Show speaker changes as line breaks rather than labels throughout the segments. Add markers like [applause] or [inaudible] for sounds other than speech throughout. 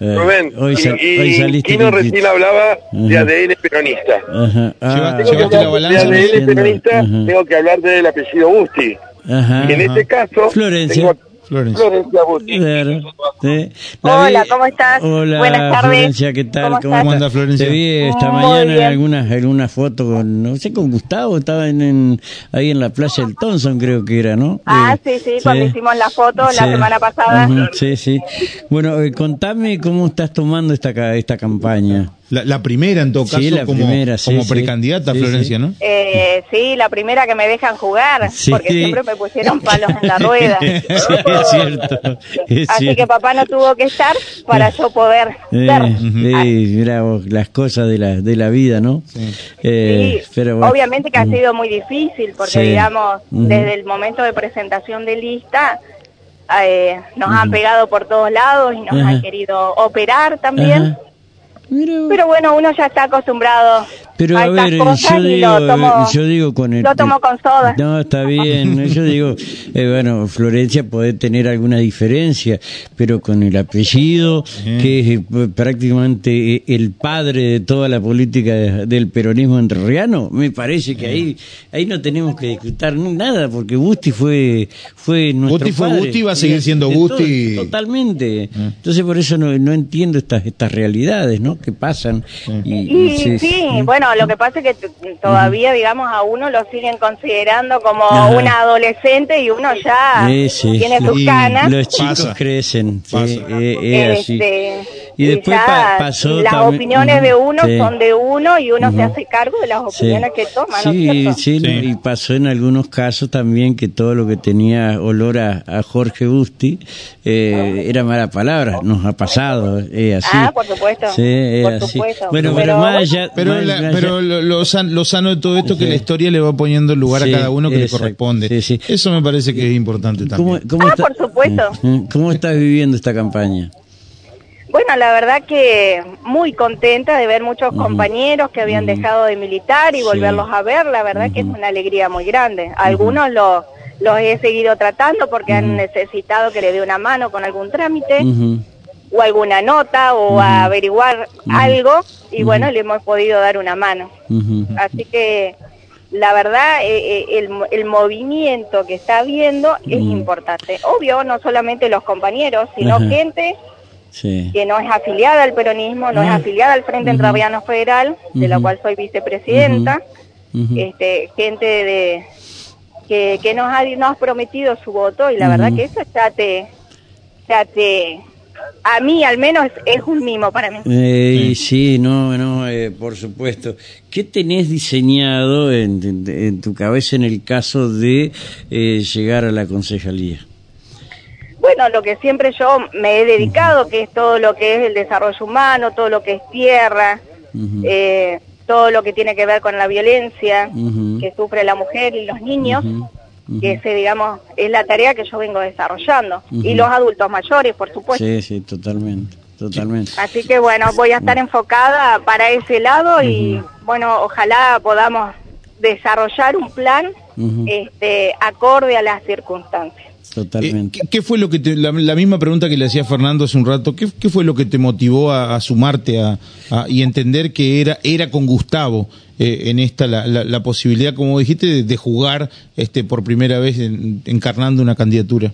Rubén,
Eh, hoy
y-
sal-
y,
hoy saliste
Kino
con-
recién hablaba de
Ajá.
ADN peronista.
Ajá. Ah,
Tengo que
llevaste la
hablar
balanza
de ADN
diciendo-
peronista,
Ajá.
tengo que hablar del apellido Busti.
ajá.
en este caso,
Florencia.
tengo a-
Florencia.
Florencia Busti.
Claro, te- la
Hola,
vi-
¿cómo estás?
Hola,
Buenas tardes.
Florencia, ¿qué tal?
¿Cómo estás?
¿Cómo anda, Florencia?
Te vi esta
Muy
mañana en
bien.
algunas, algunas fotos, con, no sé, con Gustavo, estaba en, en- ahí en la playa del Thompson, creo que era, ¿no?
Ah,
Eh,
sí, sí, cuando hicimos la foto la semana pasada.
Ujú, sí, sí. Bueno, eh, contame cómo estás tomando esta, ca- esta campaña.
La, la primera, en todo
Sí,
caso,
la
como,
primera, sí,
como
sí.
precandidata,
Sí,
Florencia,
sí.
¿no?
Eh, sí, la primera que me dejan jugar,
Sí.
porque siempre me pusieron palos en la rueda.
[laughs] Sí, es cierto. es
Así que
cierto.
papá no tuvo que estar para yo poder
Eh,
ser.
eh, mirá vos, las cosas de la, de la vida, ¿no? Eh,
Ah,
mm.
Sí, obviamente que ha sido muy difícil, porque
Sí.
digamos,
Ujú.
desde el momento de presentación de lista, eh, nos han pegado por todos lados y nos
Ajá.
han querido operar también.
Ajá. Mirá vos.
Pero bueno, uno ya está acostumbrado
Pero
a
a
estas
ver,
cosas
yo
y
digo, eh,
lo tomo,
yo digo con el...
lo tomo con soda.
No, está
[laughs]
bien. Yo digo, eh, bueno, Florencia puede tener alguna diferencia, pero con el apellido, que es eh, prácticamente eh, el padre de toda la política de- del peronismo entrerriano, me parece que ahí ahí no tenemos que discutir ni nada, porque Busti fue, fue nuestro
Busti fue
padre.
Busti y va a seguir
De-
siendo Ah.
de todo,
Busti.
totalmente. Entonces por eso no, no entiendo estas estas realidades, ¿no? Que pasan.
Ah.
Y, y
Y
se-
sí, bueno, lo que pasa es que t- todavía, digamos, a uno lo siguen considerando como
Ajá.
un adolescente y uno ya
Sí, sí,
tiene
sí.
sus
Y
canas.
Los chicos
Pasa.
crecen, sí,
Pasa.
eh, eh, así.
Este,
Y después
ya
pa- pasó
las
también-
opiniones de uno
Sí.
son de uno y uno
Ujú.
se hace cargo de las opiniones que toma, ¿no es
sí,
cierto?
sí, no,
Sí.
y pasó en algunos casos también que todo lo que tenía olor a, a Jorge Busti eh, era mala palabra, nos ha pasado, eh, así.
Ah, por supuesto,
Sí, eh,
por
así.
supuesto,
Bueno, pero,
pero-
más allá...
Pero,
más
la-
allá-
pero lo, lo san- lo sano de todo esto es que
Sí.
la historia le va poniendo el lugar
Sí,
a cada uno que
exacto.
le corresponde.
Sí, sí.
Eso me parece que es importante
¿Cómo,
también.
cómo
Ah,
está- ¿Mm?
por supuesto.
¿Cómo estás viviendo esta campaña?
Bueno, la verdad que muy contenta de ver muchos compañeros que habían dejado de militar y
Sí.
volverlos a ver, la verdad que es una alegría muy grande. Algunos los, los he seguido tratando porque han necesitado que le dé una mano con algún trámite
Ujú.
o alguna nota o a averiguar algo y bueno, le hemos podido dar una mano.
Ujú.
Así que la verdad, eh, eh, el, mo- el movimiento que está habiendo es importante. Obvio, no solamente los compañeros, sino
Ajá.
gente
Sí.
que no es afiliada al peronismo, no es afiliada al Frente Entraviano Federal, de la
Ujú.
cual soy vicepresidenta,
Ujú.
este, gente de que, que nos ha nos ha prometido su voto y la verdad
Ujú.
que eso ya te, ya te, a mí al menos es un mimo para mí.
Eh, y sí, no, no, eh, por supuesto. ¿Qué tenés diseñado en, en- en tu cabeza en el caso de eh, llegar a la concejalía?
Bueno, lo que siempre yo me he dedicado, que es todo lo que es el desarrollo humano, todo lo que es tierra,
Ujú.
eh, todo lo que tiene que ver con la violencia
Ujú.
que sufre la mujer y los niños,
Ujú, ujú.
que ese, digamos, es la tarea que yo vengo desarrollando.
Ujú.
Y los adultos mayores, por supuesto.
Sí, sí, totalmente, totalmente.
Así que bueno, voy a estar enfocada para ese lado y bueno, ojalá podamos desarrollar un plan
Ujú.
este, acorde a las circunstancias.
Eh,
Totalmente.
¿qué, qué fue lo que te, la, la misma pregunta que le hacía Fernando hace un rato? ¿Qué, qué fue lo que te motivó a, a sumarte a, a- y entender que era era con Gustavo eh, en esta la, la- la posibilidad, como dijiste, de, de jugar este por primera vez en- encarnando una candidatura?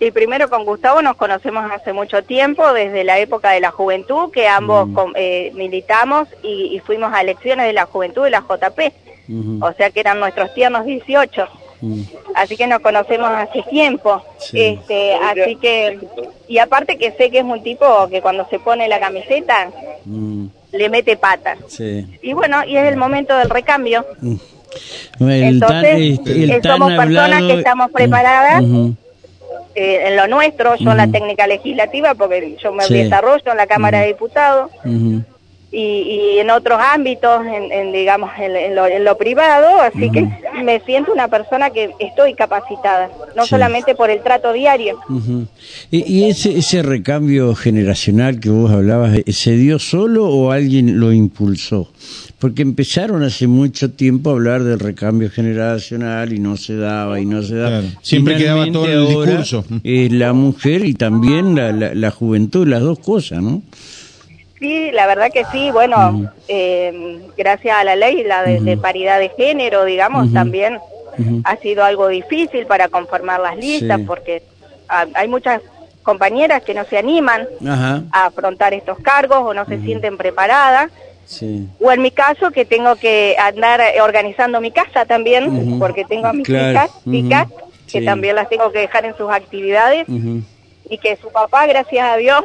Y primero con Gustavo nos conocemos hace mucho tiempo, desde la época de la juventud, que ambos com- eh, militamos y, y fuimos a elecciones de la juventud de la JP,
Ujú,
eh, o sea que eran nuestros tiernos 18.
ujú.
así que nos conocemos hace tiempo.
Sí.
Este, así que, y aparte que sé que es un tipo que cuando se pone la camiseta
Mm,
le mete patas.
sí.
Y bueno, y es el momento del recambio.
El tan- este,
Entonces,
el- el
eh,
tan
somos personas
hablado-
que estamos preparadas.
Ujú.
Eh, en lo nuestro, yo en la técnica legislativa, porque yo me
Sí.
desarrollo en la Cámara de Diputados,
Ujú.
y, y en otros ámbitos, en, en, digamos, en, en, lo, en, lo, privado, así uh -huh. que me siento una persona que estoy capacitada, no sí. solamente por el trato diario.
Uh -huh. ¿Y, y ese, ese recambio generacional que vos hablabas, eh, se dio solo o alguien lo impulsó? Porque empezaron hace mucho tiempo a hablar del recambio generacional y no se daba y no se daba. Claro.
Siempre Finalmente, quedaba todo en el discurso.
Eh, la mujer y también la, la, la juventud, las dos cosas, ¿no?
Sí, la verdad que sí. Bueno, uh -huh. eh, gracias a la ley, la de, uh -huh. de paridad de género, digamos, uh -huh. también ha sido algo difícil para conformar las listas, sí. porque a, hay muchas compañeras que no se animan Ajá. a afrontar estos cargos o no se sienten preparadas. Sí. O en mi caso, que tengo que andar eh, organizando mi casa también, porque tengo a mis claro. hijas, hijas sí. Mm. que también las tengo que dejar en sus actividades, y que su papá, gracias a Dios,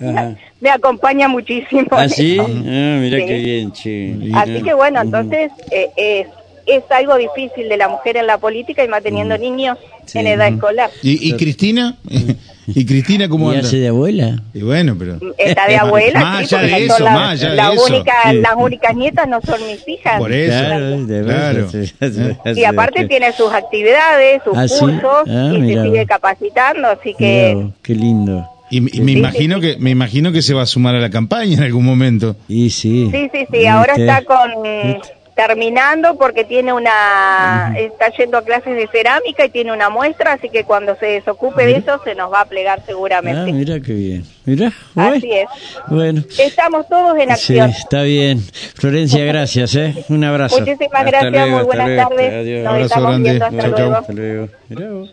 Ajá. me acompaña muchísimo.
¿Ah, sí? Ah, mira sí. qué bien, che. Mira.
Así que bueno, entonces eh, eh, es, algo difícil de la mujer en la política y más teniendo niños sí. en edad escolar.
¿Y, y Cristina? [laughs] ¿Y Cristina cómo
¿Y
anda?
hace de abuela?
Y bueno, pero...
Está de abuela,
Eh, más sí, allá de eso,
la,
más allá
la
de eso.
Única, Las únicas nietas no son mis hijas.
Por eso, claro.
De claro. claro. Y aparte tiene sus actividades, sus ¿Ah, cursos, ah, y se sigue capacitando, así que...
Mirá, qué lindo.
Y, me sí, imagino sí, sí. que me imagino que se va a sumar a la campaña en algún momento.
Y sí.
Sí, sí, sí, ahora está con terminando porque tiene una está yendo a clases de cerámica y tiene una muestra, así que cuando se desocupe de eso se nos va a plegar seguramente. Ah,
mira qué bien. Mira.
Bueno. Así es.
Bueno.
Estamos todos en acción.
está bien. Florencia, gracias, ¿eh? Un abrazo.
Muchísimas gracias, luego, muy buenas luego, tardes. Adiós. Nos
abrazo
estamos
grande.
Viendo. Hasta,
chau,
luego. Chau.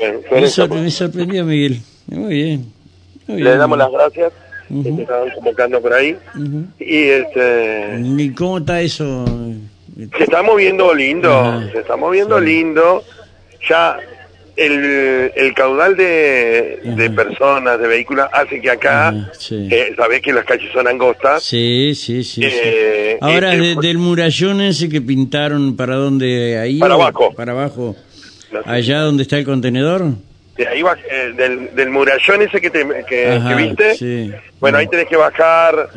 Eh, Hasta luego. Me sorprendió Miguel. Muy bien.
Le damos las gracias. Uh -huh. que se estaban convocando por ahí. Uh -huh. Y este.
¿Y cómo está eso?
Se está moviendo lindo. Ah, se está moviendo sí. lindo. Ya el, el caudal de, de, personas, de vehículos, hace que acá, ah, sí. eh, sabés que las calles son angostas.
Sí, sí, sí. Eh, sí. Ahora, el,
este,
de, del murallón ese que pintaron, ¿para dónde? Ahí,
para abajo.
Para abajo. Allá donde está el contenedor
de ahí va, eh, del, del, murallón ese que, te, Eh, que, Ajá, que viste, sí. bueno, ahí tenés que bajar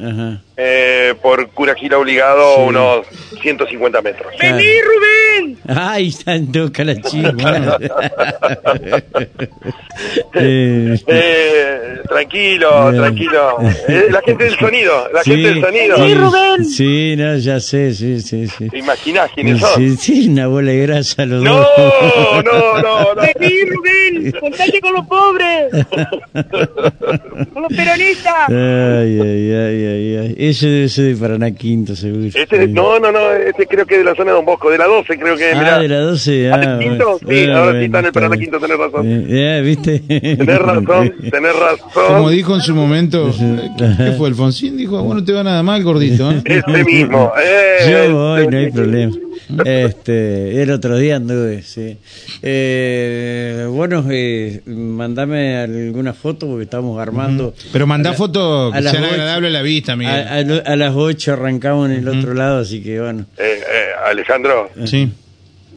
eh, por Curajira obligado sí. unos 150 metros.
Claro. ¡Vení,
[laughs]
Rubén!
¡Ay, tanto
[laughs]
calachín! eh,
tranquilo, tranquilo. Eh, la gente del sonido, la sí, gente del sonido.
¡Vení, Rubén!
Sí, no, ya sé, sí, sí, sí.
¿Te imaginas quiénes son? Sí,
sí, una bola de grasa los
no,
dos.
¡No, no, no! no.
vení Rubén! contate con los pobres, con [laughs] los
[laughs]
peronistas. Ay,
[laughs] ay, ay, ay, ay. Ese debe ser de Paraná Quinto, seguro.
Este, no, no, no, este creo que es de la zona de Don Bosco, de la 12, creo que.
Ah,
Eh, mirá.
de la 12,
ah. ¿Ah quinto? Bueno, sí, bueno, ahora sí está en el Paraná Quinto, tenés razón. Eh,
eh, ¿viste?
Tenés razón, tenés razón.
Como dijo en su [laughs] momento, ¿qué fue Alfonsín? Dijo, bueno, te va nada mal, gordito. ¿eh?
Este
[laughs]
mismo.
[laughs]
Eh,
Yo voy, no hay problema. Este, el otro día anduve, sí. bueno, eh, mandame alguna foto porque estamos armando. Uh -huh.
Pero mandá fotos que sean agradables a la vista, Miguel.
A, a, a las 8 arrancamos en el uh -huh. otro lado, así que bueno.
Eh, eh, Alejandro.
Sí.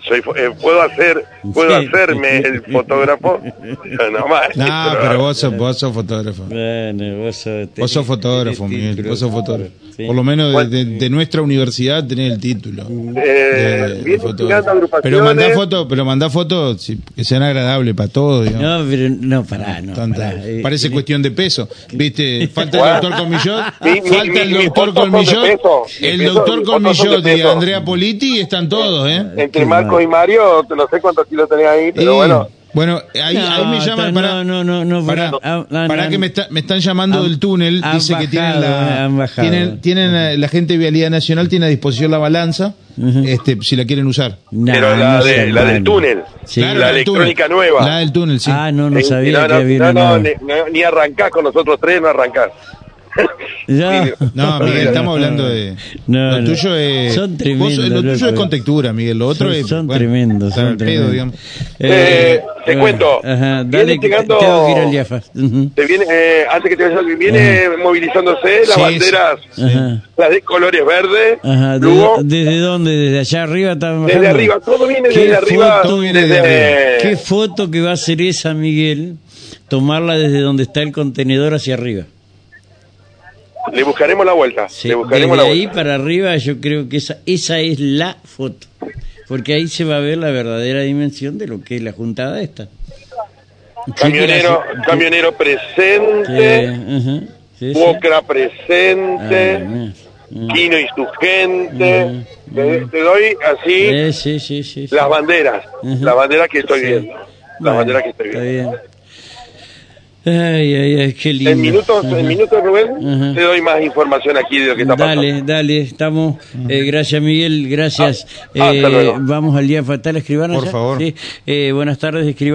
Soy, eh, puedo hacer puedo sí. hacerme el fotógrafo
[laughs]
no, maestro. no pero vos sos, vos sos fotógrafo
bueno, vos, sos,
vos sos fotógrafo Miguel título. vos sos fotógrafo sí. por lo menos de, de, de, nuestra universidad tenés el título
eh, de, fotógrafo.
pero mandá fotos pero mandá fotos sí, que sean agradables para todos
digamos. no pero no pará, no
pará. parece eh, cuestión de peso [laughs] viste falta el doctor
[laughs]
Colmillot falta el doctor Colmillot el doctor Colmillot y Andrea Politi y están todos eh
entre y Mario, no sé cuántos kilos tenía ahí, pero sí. bueno.
Bueno, ahí, no, ahí me llaman para,
no, no, no,
para, para, para, para que me, está, me están llamando han, del túnel, dice bajado, que tienen la tienen, tienen la, la gente de Vialidad Nacional tiene a disposición la balanza, uh -huh. este si la quieren usar.
Nah, pero la, de, la del túnel, sí. claro, la, electrónica túnel, nueva.
La del túnel, sí.
Ah, no, no sabía
que
había
no, ni, ni arrancás con nosotros tres, no arrancás. [laughs]
Ya. [laughs] No, Miguel, estamos hablando de. No, lo no. tuyo es.
Son tremendos. Vos,
lo tuyo es con textura, Miguel. Lo otro
son,
es.
Son bueno, tremendos. Son tremendos. Pedo,
eh, te bueno, cuento.
Ajá, dale, llegando, te, tengo que ir al IAFA. Uh
-huh. te viene, eh, antes que te vayas, viene
Ah.
uh -huh. movilizándose las sí, banderas. Sí. Las de colores verdes.
Ajá, de, ¿Desde dónde? ¿Desde allá arriba? Están
desde arriba. eh. Todo viene desde arriba.
Viene desde, desde... ¿Qué foto que va a ser esa, Miguel? Tomarla desde donde está el contenedor hacia arriba.
Le buscaremos la vuelta.
Sí,
le buscaremos
desde la ahí vuelta. para arriba yo creo que esa, esa es la foto, porque ahí se va a ver la verdadera dimensión de lo que es la juntada esta.
Camionero, camionero presente, uh-huh, sí, Bocra presente,
Ah,
uh-huh. Quino y su gente. Uh-huh. Te, te, doy así las banderas, las banderas que estoy viendo. Las bueno, banderas que estoy viendo. Está bien.
Ay, ay, ay, qué lindo.
En minutos, en minutos Rubén, Ajá. te doy más información aquí de lo que está pasando.
Dale, dale, estamos. Eh, gracias, Miguel, gracias. Ah, eh, vamos al día fatal, escribano.
Por favor.
Sí. Eh, buenas tardes, escribano.